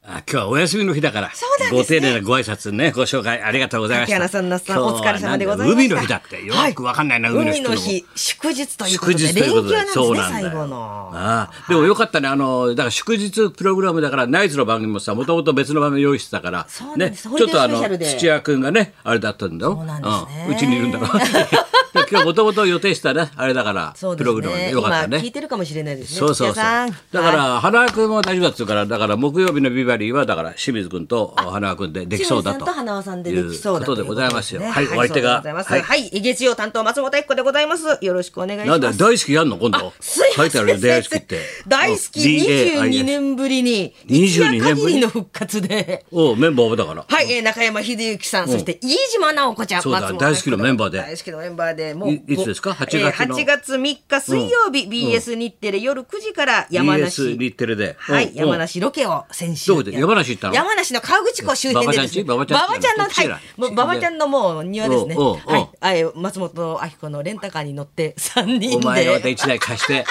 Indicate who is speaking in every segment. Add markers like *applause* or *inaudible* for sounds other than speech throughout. Speaker 1: 今日はお休みの日だから、
Speaker 2: そうなんですね
Speaker 1: ご丁寧なご挨拶ね、ご紹介ありがとうございました。
Speaker 2: 竹原さん、那須さん、
Speaker 1: 今日
Speaker 2: お
Speaker 1: は
Speaker 2: 疲れ様でござい
Speaker 1: な
Speaker 2: ま
Speaker 1: ん
Speaker 2: した。
Speaker 1: だ海の日だって、よくわかんないな、
Speaker 2: は
Speaker 1: 海の日っていうのも。
Speaker 2: 海の日、祝日ということ
Speaker 1: 祝
Speaker 2: で、
Speaker 1: 日ということで、
Speaker 2: 連休なんですね、最後の。
Speaker 1: ああでもよかったね、あの、だから祝日プログラムだから、ナイツの番組もさ、もともと別の番組用意してたから
Speaker 2: そうな、ん
Speaker 1: ね、
Speaker 2: で
Speaker 1: ち
Speaker 2: す
Speaker 1: ょっとあ
Speaker 2: ホ
Speaker 1: の、
Speaker 2: リデースペシャルで
Speaker 1: 土屋くんがね、あれだったんだよ。
Speaker 2: そうなんですね
Speaker 1: うんう *laughs* ちにいるんだろ。今日もともと予定したね、あれだから、
Speaker 2: そうで
Speaker 1: プ
Speaker 2: すね。
Speaker 1: ログラムでよかった
Speaker 2: 今聞い
Speaker 1: ね。
Speaker 2: てるかもしれないですね。
Speaker 1: そうそうそう。
Speaker 2: 土屋さ
Speaker 1: だ
Speaker 2: ん
Speaker 1: から、
Speaker 2: は
Speaker 1: 花輪君も大丈夫だっつうから、だから木曜日のビバリーは、だから清水君と花輪君でできそうだ
Speaker 2: 清
Speaker 1: と。
Speaker 2: 水さんと花輪さんでできそうだ
Speaker 1: いうことでございますよ。
Speaker 2: とうこ
Speaker 1: は
Speaker 2: と
Speaker 1: い、
Speaker 2: ですね
Speaker 1: お相手
Speaker 2: そう
Speaker 1: が。
Speaker 2: でございますはい、月曜担当松本明子でございます。よろしくお願いし
Speaker 1: なん
Speaker 2: ま
Speaker 1: だ
Speaker 2: す。
Speaker 1: 大好きやんの今度。
Speaker 2: すいま
Speaker 1: 書
Speaker 2: せん
Speaker 1: いてあるよ大好きって
Speaker 2: 先。生大好き
Speaker 1: うん DAIS
Speaker 2: 22年ぶりに一
Speaker 1: 22
Speaker 2: 夜
Speaker 1: 年
Speaker 2: 限
Speaker 1: ぶり
Speaker 2: りの復活で
Speaker 1: おうメンバーだから。
Speaker 2: はい、えー中山秀幸さん、そして飯島直子ちゃん、
Speaker 1: そうだ
Speaker 2: 松本
Speaker 1: 大好きのメンバーで
Speaker 2: 大好きのメンバーで、もう
Speaker 1: いいつですか
Speaker 2: ご
Speaker 1: 8月の
Speaker 2: えー8月3日水曜日、BS 日テレ夜9時から山
Speaker 1: BS
Speaker 2: 梨、
Speaker 1: 日テレで。
Speaker 2: は
Speaker 1: うん
Speaker 2: い、山。梨ロケを先週
Speaker 1: どこで山梨行ったの
Speaker 2: 山梨の川口湖周辺でですね。
Speaker 1: 馬場ちゃんち馬場ちゃん
Speaker 2: 馬場
Speaker 1: ち
Speaker 2: ちゃんの、はいもう、馬場ちゃんのもう庭ですね。
Speaker 1: おうおうおう
Speaker 2: はいあえー、松本明子のレンタカーに乗って3
Speaker 1: うん
Speaker 2: 人
Speaker 1: お前がまた
Speaker 2: で。
Speaker 1: 一台貸して。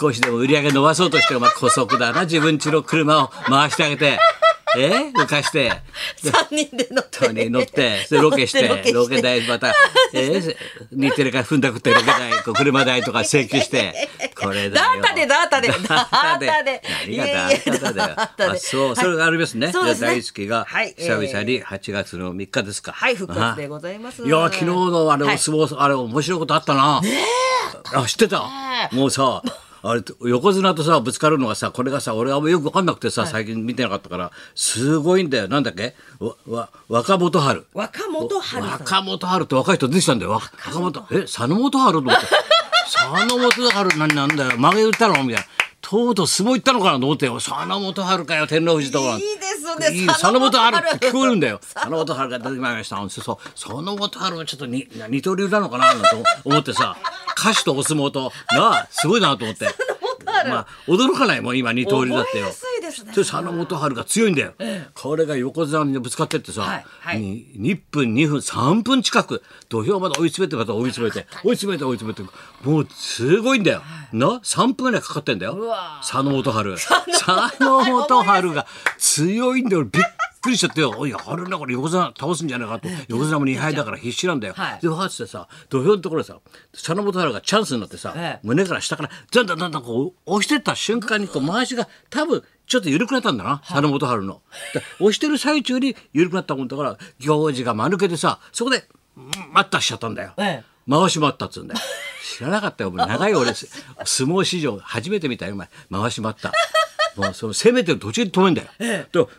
Speaker 1: 少しでも売り上げ伸ばそうとしてお前古速だな自分家の車を回してあげて。え浮かして。
Speaker 2: 3人で乗っ
Speaker 1: 本当
Speaker 2: て。
Speaker 1: に乗って、それロケして、ロケ
Speaker 2: *laughs* 乗って
Speaker 1: 代ま
Speaker 2: *laughs*
Speaker 1: た、えー、日テレから踏んだくってロケ代、こう車代とか請求
Speaker 2: *laughs*
Speaker 1: して、これだよ。
Speaker 2: ダータでダータで
Speaker 1: ダータで
Speaker 2: ダータで
Speaker 1: 何が
Speaker 2: いや
Speaker 1: ダ
Speaker 2: いや
Speaker 1: ータだよ。
Speaker 2: ダータで
Speaker 1: あ、そう、それがありますね。
Speaker 2: そうですね
Speaker 1: じゃあ大好きが、
Speaker 2: はいえ
Speaker 1: 久
Speaker 2: ー
Speaker 1: 々に8月の3日ですか。
Speaker 2: はい復活でございます
Speaker 1: あいや、昨日のあれ、
Speaker 2: はい
Speaker 1: お相撲、あれ、面白いことあったな。あ、知ってた
Speaker 2: ね
Speaker 1: もうさ、あれ横綱とさぶつかるのがさこれがさ俺はよく分かんなくてさ、最近見てなかったからすごいんだよなんだっけわわ若元春
Speaker 2: 若元春さん。
Speaker 1: 若元春って若い人出てきたんだよわ若元え佐野元春と
Speaker 2: *laughs*
Speaker 1: 思って佐野元春何なんだよ曲げ打ったのみたいなとうとう相撲行ったのかなと思ってよ佐野元春かよ天皇富士とか
Speaker 2: いいですね
Speaker 1: いい佐野元春って聞こえるんだよ
Speaker 2: 佐
Speaker 1: 佐野元春が出てきましたそうそう佐野元春はちょっとにな二刀流なのかななんて思ってさ歌手とお相撲となあすごいなと思ってまあ驚かないもん今二刀流だってよ
Speaker 2: 覚えやすいですね
Speaker 1: それ佐野元春が強いんだよ、これが横綱にぶつかってってさ、
Speaker 2: はいはい
Speaker 1: に1分2分3分近く土俵まで追い詰めてまた追い詰めて追い詰めて追い詰めてもうすごいんだよ、な3分ぐらいかかってんだよ
Speaker 2: わ
Speaker 1: 佐野元春佐野元春が強いんだよびっくりしちゃってよ「おいやるなこれ横綱倒すんじゃないか」と横綱も2敗だから必死なんだよ、
Speaker 2: はい
Speaker 1: でわーってさ土俵のところでさ佐野元春がチャンスになってさ、
Speaker 2: ええ
Speaker 1: 胸から下からだんだんだんだんこう押してった瞬間にこう回しが多分ちょっと緩くなったんだな、佐野元春の。だ押してる最中に緩くなったもんだから行事が間抜けてさそこでうん待ったしちゃったんだよ。
Speaker 2: ええ
Speaker 1: 回し待ったっつうん
Speaker 2: *laughs*
Speaker 1: だよ。知らなかったよ。お前長い俺、す相撲史上初めて見たよ、お前。回し待った。もうその攻めてる途中で止めんだよ。と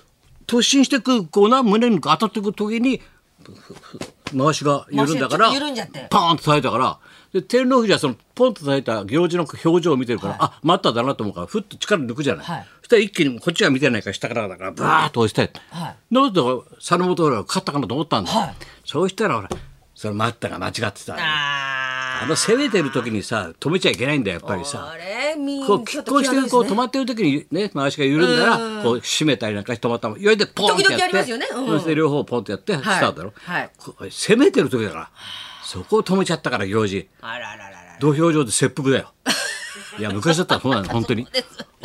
Speaker 1: 突進してく、こうな、胸に当たってく時に、ふふ回しが緩んだから、
Speaker 2: 回しがちょっと緩んじゃって
Speaker 1: パーンと叩いたから、で天皇富士はそのポンと叩いた行司の表情を見てるから、あ待っただなと思うから、ふっと力抜くじゃない。
Speaker 2: はい
Speaker 1: そしたら一気にこっちは見てないから下からだから、バーッと押して、
Speaker 2: はい
Speaker 1: なんで佐野元春が勝ったかなと思ったんだよ。
Speaker 2: はい
Speaker 1: そうしたら、ほら、その待ったが間違ってた。
Speaker 2: あー
Speaker 1: あの攻めてる時にさ止めちゃいけないんだよやっぱりさ
Speaker 2: あ。れみん
Speaker 1: こう拮抗してるこう止まってる時にね回しが緩んだらこう締めたりなんかして止まったもんいわゆるポンってや
Speaker 2: 時々
Speaker 1: っ
Speaker 2: あります
Speaker 1: て
Speaker 2: よねうん
Speaker 1: そして両方ポンってやってスタートだろ
Speaker 2: はい
Speaker 1: こう攻めてる時だからそこを止めちゃったから行司
Speaker 2: あらららら。
Speaker 1: 土俵上で切腹だよいや昔だったらそうなの本当に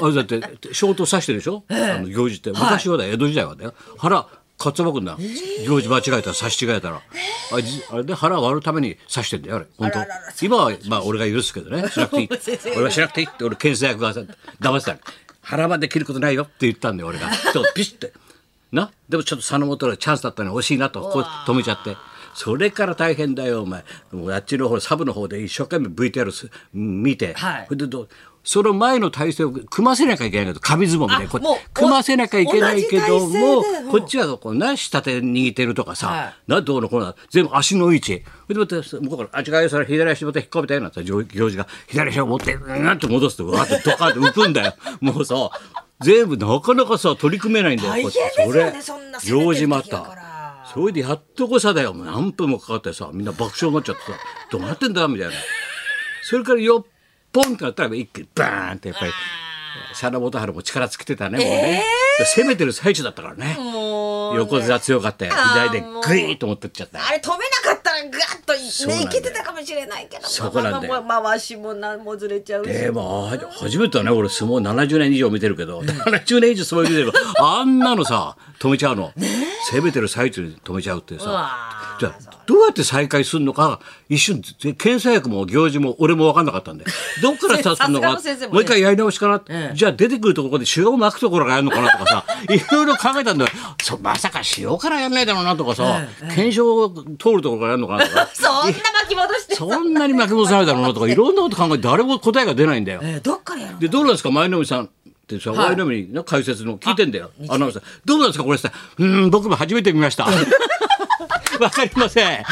Speaker 1: あれだって消灯さしてるでしょ、あの行事って昔はだよ江戸時代はだよ腹かっさばくんだよ、行事間違えたら差し違えたら、あれじあれで腹割るために刺してんだよあれ本当
Speaker 2: あららら
Speaker 1: 今はまあ俺が許すけどねしなくていい
Speaker 2: 先生
Speaker 1: 俺はしなくていいって俺検査役がさ騙してたの腹まで切ることないよって言ったんだよ俺がちょっとピシッてなでもちょっと佐野元のチャンスだったのに惜しいなとこう止めちゃってそれから大変だよお前もうあっちの方サブの方で一生懸命 VTR す見て、
Speaker 2: はい
Speaker 1: それでどうその前の体勢を組ませなきゃいけないけど紙相撲みたいにこうやって
Speaker 2: もう
Speaker 1: 組ませなきゃいけないけど
Speaker 2: 同
Speaker 1: も
Speaker 2: じ体勢でうん
Speaker 1: こっちはこうな下手握ってるとかさ、
Speaker 2: はい
Speaker 1: などうのこうの全部足の位置でまた向こうから「あ違うよそれ左足また引っ込めたよ」なんて行行司が左足を持ってなんて戻すとわーってドカンって浮くんだよもうさ全部なかなかさ取り組めないんだよ
Speaker 2: 大変
Speaker 1: こうやって
Speaker 2: ですよねそんな攻めてる
Speaker 1: 行司ま
Speaker 2: 時だ
Speaker 1: た
Speaker 2: から
Speaker 1: それでやっとこさだよもう何分もかかってさみんな爆笑になっちゃってさ「どうなってんだ?」みたいな。それからよっぽんってなったら一気にバーンってやっぱり佐野元春も力尽きてたねもうね、攻めてる最中だったからね
Speaker 2: もうね
Speaker 1: 横綱強かったよ左で
Speaker 2: あーもう
Speaker 1: グイーッと持ってっちゃった
Speaker 2: あれ止めなかかったらガッと
Speaker 1: そうなん
Speaker 2: ね
Speaker 1: だ
Speaker 2: い
Speaker 1: よ
Speaker 2: けてたかもしれないけど
Speaker 1: そこなんだよ
Speaker 2: まあまあまあ回しも何もずれちゃうし
Speaker 1: でもは初めてだね俺相撲70年以上見てるけど70年以上相撲見てるけどあんなのさ止めちゃうの、攻めてる最中に止めちゃうっていう
Speaker 2: う
Speaker 1: さ
Speaker 2: わー
Speaker 1: じゃあどうやって再開するのか一瞬検査薬も行事も俺も分かんなかった
Speaker 2: *laughs*
Speaker 1: んでどっからスタートするのか
Speaker 2: さすがの先生もね
Speaker 1: もう一回やり直しかなって、
Speaker 2: ええ
Speaker 1: じゃあ出てくるところで塩を巻くところからやるのかなとか
Speaker 2: *laughs*
Speaker 1: さいろいろ考えたんだよそまさか塩からやんないだろうなとかさ、検証を通るところからやるのかなとか
Speaker 2: そんな巻き戻して
Speaker 1: そんなに巻き戻さないだろうなとかいろんなこと考えて誰も答えが出ないんだよ。
Speaker 2: えーどっからやるの
Speaker 1: でどうなんですか前のみさんってさ、
Speaker 2: はい
Speaker 1: 前のみの解説の聞いてんだよアナウンサーどうなんですかこれさうーん僕も初めて見
Speaker 2: *laughs*
Speaker 1: ましたわかりません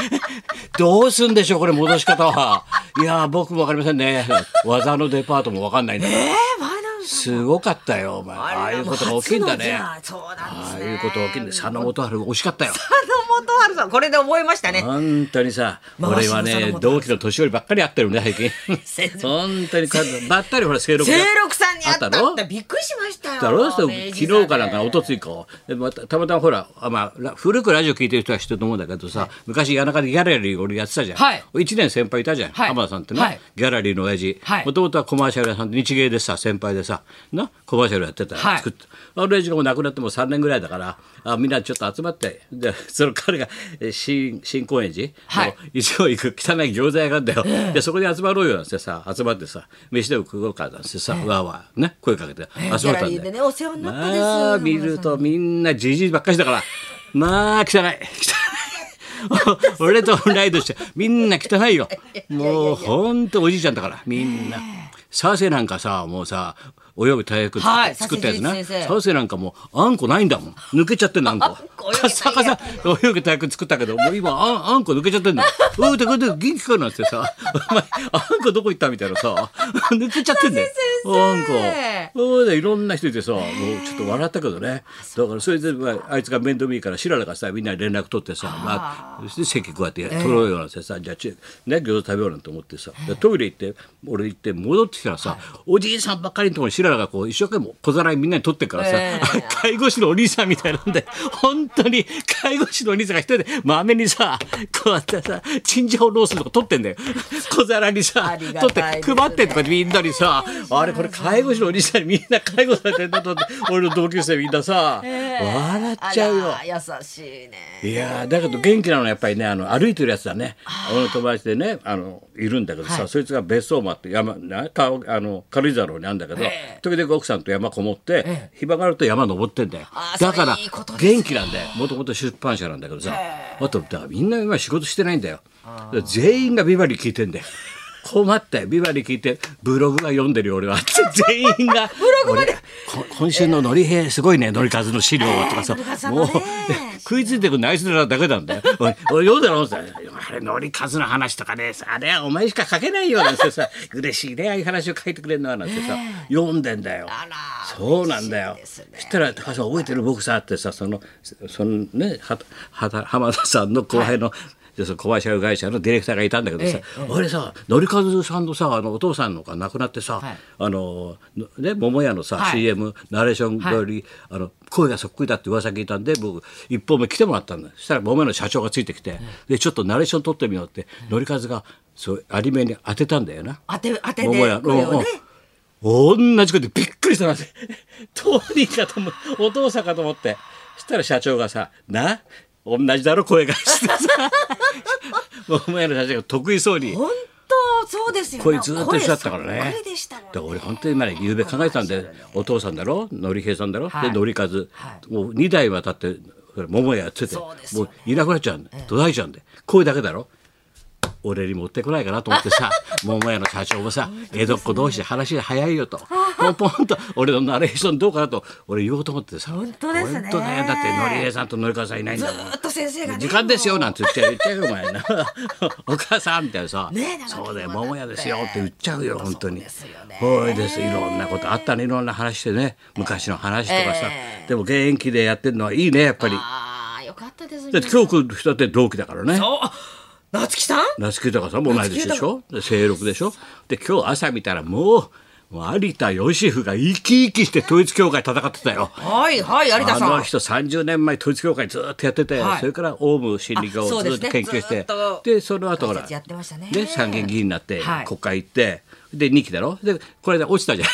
Speaker 1: どうすんでしょうこれ戻し方はいやー僕もわかりませんね技のデパートもわかんないんだけど
Speaker 2: えー前なんです
Speaker 1: すごかったよお前ああいうことが起きるんだねあ
Speaker 2: そうなんです
Speaker 1: あ
Speaker 2: ね
Speaker 1: いうことが起きるんだ
Speaker 2: 佐
Speaker 1: 佐野元春惜しかったよ
Speaker 2: 野元春さんこれで覚えましたね
Speaker 1: 本当にさ
Speaker 2: 回
Speaker 1: 俺
Speaker 2: しの
Speaker 1: は
Speaker 2: 佐野元
Speaker 1: ね
Speaker 2: 春
Speaker 1: 同期の年寄りばっかり会ってるね最近
Speaker 2: *laughs* 先生
Speaker 1: 本当にばったりほら清六
Speaker 2: 清
Speaker 1: で
Speaker 2: 六さんに会った
Speaker 1: あったろ
Speaker 2: ってびっくりしましたよ
Speaker 1: だろそう
Speaker 2: 明治座で
Speaker 1: 昨日かなんか一昨日かでまたたまたまほらあ、まあラ、古くラジオ聞いてる人は知ってると思うんだけどさ、昔谷中でギャラリー俺やってたじゃん、
Speaker 3: はい
Speaker 1: 1年先輩いたじゃん、
Speaker 3: はい
Speaker 1: 浜田さんってね、
Speaker 3: はい
Speaker 1: ギャラリーの親父
Speaker 3: はい
Speaker 1: もともとはコマーシャル屋さんで日芸でさ先輩でさなコマーシャルやってた、
Speaker 3: はい
Speaker 1: 作ってあの親父がもう亡くなってもう3年ぐらいだからあみんなちょっと集まってでその彼がえ新新高円寺
Speaker 3: はい
Speaker 1: の一応行く汚い餃子屋があんだよ、でそこに集まろうよなんてさ集まってさ飯でも食おうかなんてさ、わーわーね声かけて集まったんだよ
Speaker 2: ギャラリーでねお世話になったです
Speaker 1: まあ見るとみんなじじいばっかりだからまあ汚い汚い俺と同い年じゃみんな汚いよもうほんとおじいちゃんだからみんなサセなんかさもうさおよび大役
Speaker 3: はい
Speaker 1: 作ったやつ
Speaker 2: 佐世
Speaker 1: な
Speaker 2: 一先生
Speaker 1: サセなんかもうあんこないんだもん抜けちゃってんのあんこ
Speaker 2: こ
Speaker 1: カサカサおよび大役作ったけどもう今あんあんこ抜けちゃってんの「うーてくて元気か?」なんてさ「お前あんこどこ行った?」みたいなさ抜けちゃってんだよあんこ。そうだいろんな人いてさもうちょっと笑ったけどねだからそれで、まあ、あいつが面倒見いいから白らがさみんなに連絡取ってさまあ、そして席こうやって取ろうよなんてさ、じゃあちゅね餃子食べようなんて思ってさ、でトイレ行って俺行って戻ってきたらさ、おじいさんばっかりのところに白らがこう一生懸命小皿にみんなに取ってっからさ、
Speaker 2: え
Speaker 1: *laughs* 介護士のお兄さんみたいなんで本当に介護士のお兄さんが一人でまめにさこうやってさチンジャオロースのとか取ってんだよ小皿に
Speaker 2: あ
Speaker 1: さ、
Speaker 2: り
Speaker 1: 取
Speaker 2: がたい
Speaker 1: って
Speaker 2: ですね
Speaker 1: 配ってとかみんなにさ、あれこれ介護士のお兄さんにみんな介護されてるんだと思って俺の同級生みんなさ、笑っちゃうよ
Speaker 2: あ。ら優しいね
Speaker 1: いやーだけど元気なのはやっぱりねあの歩いてるやつだね俺の友達でねあのいるんだけどさ、そいつが別荘もあって山なかあの軽井沢の方にあるんだけど、時々奥さんと山こもって、暇があると山登ってんだよ
Speaker 2: あー
Speaker 1: だから
Speaker 2: それいいことですよ
Speaker 1: 元気なんだよもともと出版社なんだけどさあとだからみんな今仕事してないんだよだから全員がビバリー聞いてんだよ困ったよビバリー聞いてブログは読んでるよ
Speaker 2: *laughs*
Speaker 1: 俺は全員がブログまで今週のノリヘすごいねノリカズの資料はとかさ、もう食いついてくるナイスなだけなんだよ。おいおい読んだろって言ったらあれノリカズの話とかねあれはお前しか書けないよなんてさ嬉しいねああいう話を書いてくれるのはなんてさ、読んでんだよ。
Speaker 2: あら
Speaker 1: そうなんだよ。
Speaker 2: 嬉しいですね
Speaker 1: そしたら高橋さん覚えてる僕さってさそのそのねははた浜田さんの後輩の、でそのコマーシャル会社のディレクターがいたんだけどさ、俺さのりかずさんのさあのお父さんのが亡くなってさ、
Speaker 3: はい
Speaker 1: あののね桃屋のさ、
Speaker 3: はい
Speaker 1: CM ナレーションより、あの声がそっくりだって噂聞いたんで僕一本目来てもらったんだそしたら桃屋の社長がついてきて、でちょっとナレーション撮ってみようって、のりかずがそうアニメに当てたんだよな。
Speaker 2: 当て当てで
Speaker 1: 桃屋
Speaker 2: これをね
Speaker 1: うん同じことでびっくり *laughs* したなって当人かと思うお父さんかと思ってそしたら社長がさ「な同じだろ声が」してさ *laughs* 桃屋の社長が得意そうに
Speaker 2: 本当そうですよね
Speaker 1: こいずっと一緒だったからね
Speaker 2: 声そっくりでしたもんね
Speaker 1: だから俺本当に今ね夕べ考えてたんでお父さんだろのり平さんだろ、
Speaker 3: はい
Speaker 1: でのりかず、もう2代渡ってそれ桃屋やってて
Speaker 2: そうです
Speaker 1: も
Speaker 2: よ
Speaker 1: う
Speaker 2: ね
Speaker 1: いなくなっちゃうんで途絶えちゃうんで声だけだろ俺に持ってこないかなと思って
Speaker 2: *laughs*
Speaker 1: さ桃屋の社長もさ江戸っ子同士で話が早いよとポンポンと俺のナレーションどうかなと俺言おうと思ってさ
Speaker 2: 本当ですね
Speaker 1: 本当だよだってのり平さんとのりかずさんいないんだもん
Speaker 2: ずっと先生がね
Speaker 1: 時間ですよなんて言っちゃう言っちゃうよお前な *laughs* お母さんみたいなさ、
Speaker 2: ねえなんか
Speaker 1: そうだよ桃屋ですよって言っちゃうよ本当に
Speaker 2: そうですよね
Speaker 1: そうですいろんなことあったねいろんな話してね昔の話とかさ、
Speaker 2: え
Speaker 1: でも現役でやってるのはいいねやっぱりだ
Speaker 2: ああよかったですね
Speaker 1: って今日来る人だって同期だからね
Speaker 2: あ夏木さん
Speaker 1: 夏木とかさんも同い年でしょで清六でしょで今日朝見たらもうもう有田義夫が生き生きして統一教会戦ってたよ。
Speaker 2: はいはい有田さ
Speaker 1: あの
Speaker 2: ん。
Speaker 1: 人30年前統一教会ずっとやってて、
Speaker 2: はい
Speaker 1: それからオウム真理教
Speaker 2: あそ
Speaker 1: を
Speaker 2: うで
Speaker 1: ずっ
Speaker 2: す
Speaker 1: と
Speaker 2: ね
Speaker 1: 研究して
Speaker 2: ずっと
Speaker 1: でその後ほ
Speaker 2: 解
Speaker 1: ら
Speaker 2: 説やってましたね
Speaker 1: で参議院議員になって
Speaker 2: はい
Speaker 1: 国会行って、で2期だろでこれで落ちたじゃん *laughs* こ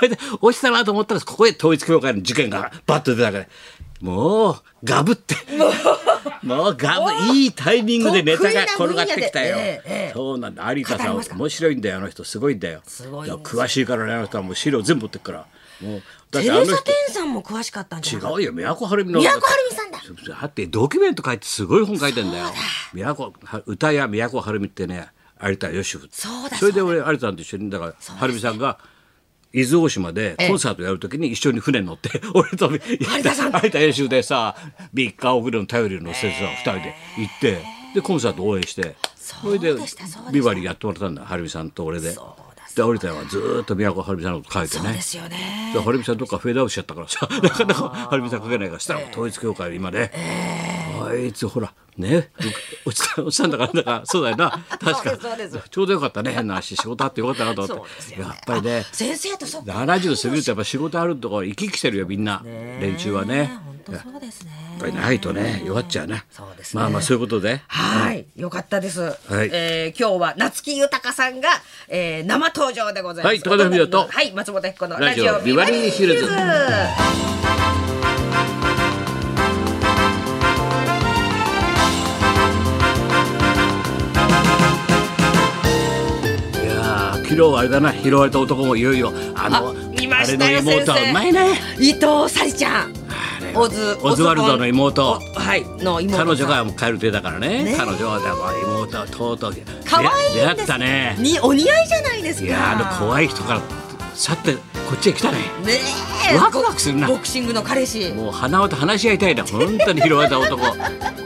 Speaker 1: れで落ちたなと思ったらここへ統一教会の事件がバッと出たからもうガブってもうガブいいタイミングでネタが転がってきたよ、
Speaker 2: 得意な分野でええええ
Speaker 1: そうなんだ有田さ
Speaker 2: 語り
Speaker 1: ん
Speaker 2: ますか
Speaker 1: 面白いんだよあの人すごいんだよ
Speaker 2: すごいん
Speaker 1: い
Speaker 2: で
Speaker 1: や
Speaker 2: す
Speaker 1: 詳しいからねあの人はもう資料全部持ってくからもうだっ
Speaker 2: テ
Speaker 1: てあ
Speaker 2: レ
Speaker 1: の
Speaker 2: サ
Speaker 1: 人
Speaker 2: テンさんも詳しかったんじゃ
Speaker 1: 違
Speaker 2: なかっ
Speaker 1: うよ宮古晴美の
Speaker 2: 宮古晴美さんだ
Speaker 1: だってドキュメント書いてすごい本書いてんだよ宮古は歌や宮古晴美ってね有田芳生
Speaker 2: そうだ
Speaker 1: それで俺有田さんと一緒にだから晴美さんが伊豆大島でコンサートやるときに一緒に船に乗って、 *laughs* 俺と有田さん有田芳生でさ3日遅れの頼りを乗せてさ、二人で行ってでコンサート応援して
Speaker 2: そうでしたそうでした
Speaker 1: ビバリーやってもらったんだ晴美さんと俺で
Speaker 2: そうだ
Speaker 1: で有田はずーっと宮古晴美さんのこと書いて
Speaker 2: た
Speaker 1: ね
Speaker 2: ですよね。
Speaker 1: で晴美さんどっかフェードアウトしちゃったからさなかなか晴美さん書けないからしたら統一教会今ね、あいつほらねおじさんおじさんだからだからそうだよ
Speaker 2: *laughs*
Speaker 1: な確か
Speaker 2: そうですそうです
Speaker 1: ちょうどよかったね変な話仕事あってよかったなと思っ
Speaker 2: そうです
Speaker 1: て、
Speaker 2: よね
Speaker 1: やっぱりね
Speaker 2: 先生とそっか。
Speaker 1: 70過ぎるとやっぱ仕事あるとこ生き生きしてるよみんな、連中はね
Speaker 2: 本当
Speaker 1: やっ
Speaker 2: そうですね。
Speaker 1: ぱりないとね弱っちゃうね
Speaker 2: そうですね
Speaker 1: まあまあそういうことで
Speaker 2: はい、よかったです。
Speaker 1: い
Speaker 2: えー今日は夏木豊さんが、えー、生登場でございます。
Speaker 1: はい高田文夫と
Speaker 2: はい、松本彦の
Speaker 1: ラ
Speaker 2: ラ
Speaker 1: ジ
Speaker 2: ジ
Speaker 1: オ
Speaker 2: オ
Speaker 1: ビ
Speaker 2: ビ
Speaker 1: バ
Speaker 2: バ
Speaker 1: リ
Speaker 2: リ
Speaker 1: ー
Speaker 2: ー
Speaker 1: ヒ
Speaker 2: ヒ
Speaker 1: ル
Speaker 2: ル
Speaker 1: ズ
Speaker 2: ズ。
Speaker 1: いやー昨日あれだな拾われた男もいよいよあの
Speaker 2: あ見ましたよ
Speaker 1: あれの妹は
Speaker 2: 先生
Speaker 1: うまいね
Speaker 2: 伊藤沙莉ちゃん。オズ
Speaker 1: オズワルドの妹
Speaker 2: オズコンはい、の妹さん。
Speaker 1: 彼女がもう帰る手だからね
Speaker 2: ね
Speaker 1: 彼女はだから妹はとうとう出
Speaker 2: 可愛いんです
Speaker 1: 出会ったね
Speaker 2: にお似合いじゃないですか。
Speaker 1: いやーあの怖い人から去ってこっちへ来たね
Speaker 2: ねえ。
Speaker 1: ワクワクするな
Speaker 2: ボボクシングの彼氏。
Speaker 1: もう鼻緒と話し合いたいな本当に拾われた男
Speaker 2: *laughs*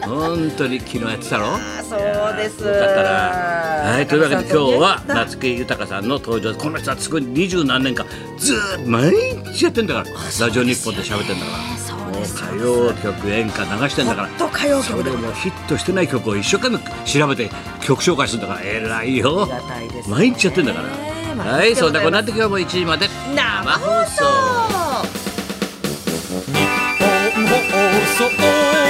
Speaker 1: 本当に昨日やってたろ
Speaker 2: あそうです。
Speaker 1: よかったなはいというわけで今日は
Speaker 2: な
Speaker 1: 夏木豊さんの登場この人はすごい二十何年間ずーっと毎日やってんだからラジオ日本で喋ってんだから
Speaker 2: そう
Speaker 1: も
Speaker 2: で
Speaker 1: う
Speaker 2: す。
Speaker 1: 歌謡曲演歌流してんだから
Speaker 2: ほんと歌謡曲
Speaker 1: そ
Speaker 2: で
Speaker 1: れもヒットしてない曲を一生懸命調べて曲紹介するんだから偉いよ
Speaker 2: ありがたいですね
Speaker 1: 毎日やってんだから、
Speaker 2: まあ
Speaker 1: はいそんなこ
Speaker 2: あ
Speaker 1: ん
Speaker 2: り
Speaker 1: な
Speaker 2: が
Speaker 1: んで今日も1時まで
Speaker 2: 生放
Speaker 1: 放
Speaker 2: 送。
Speaker 1: 送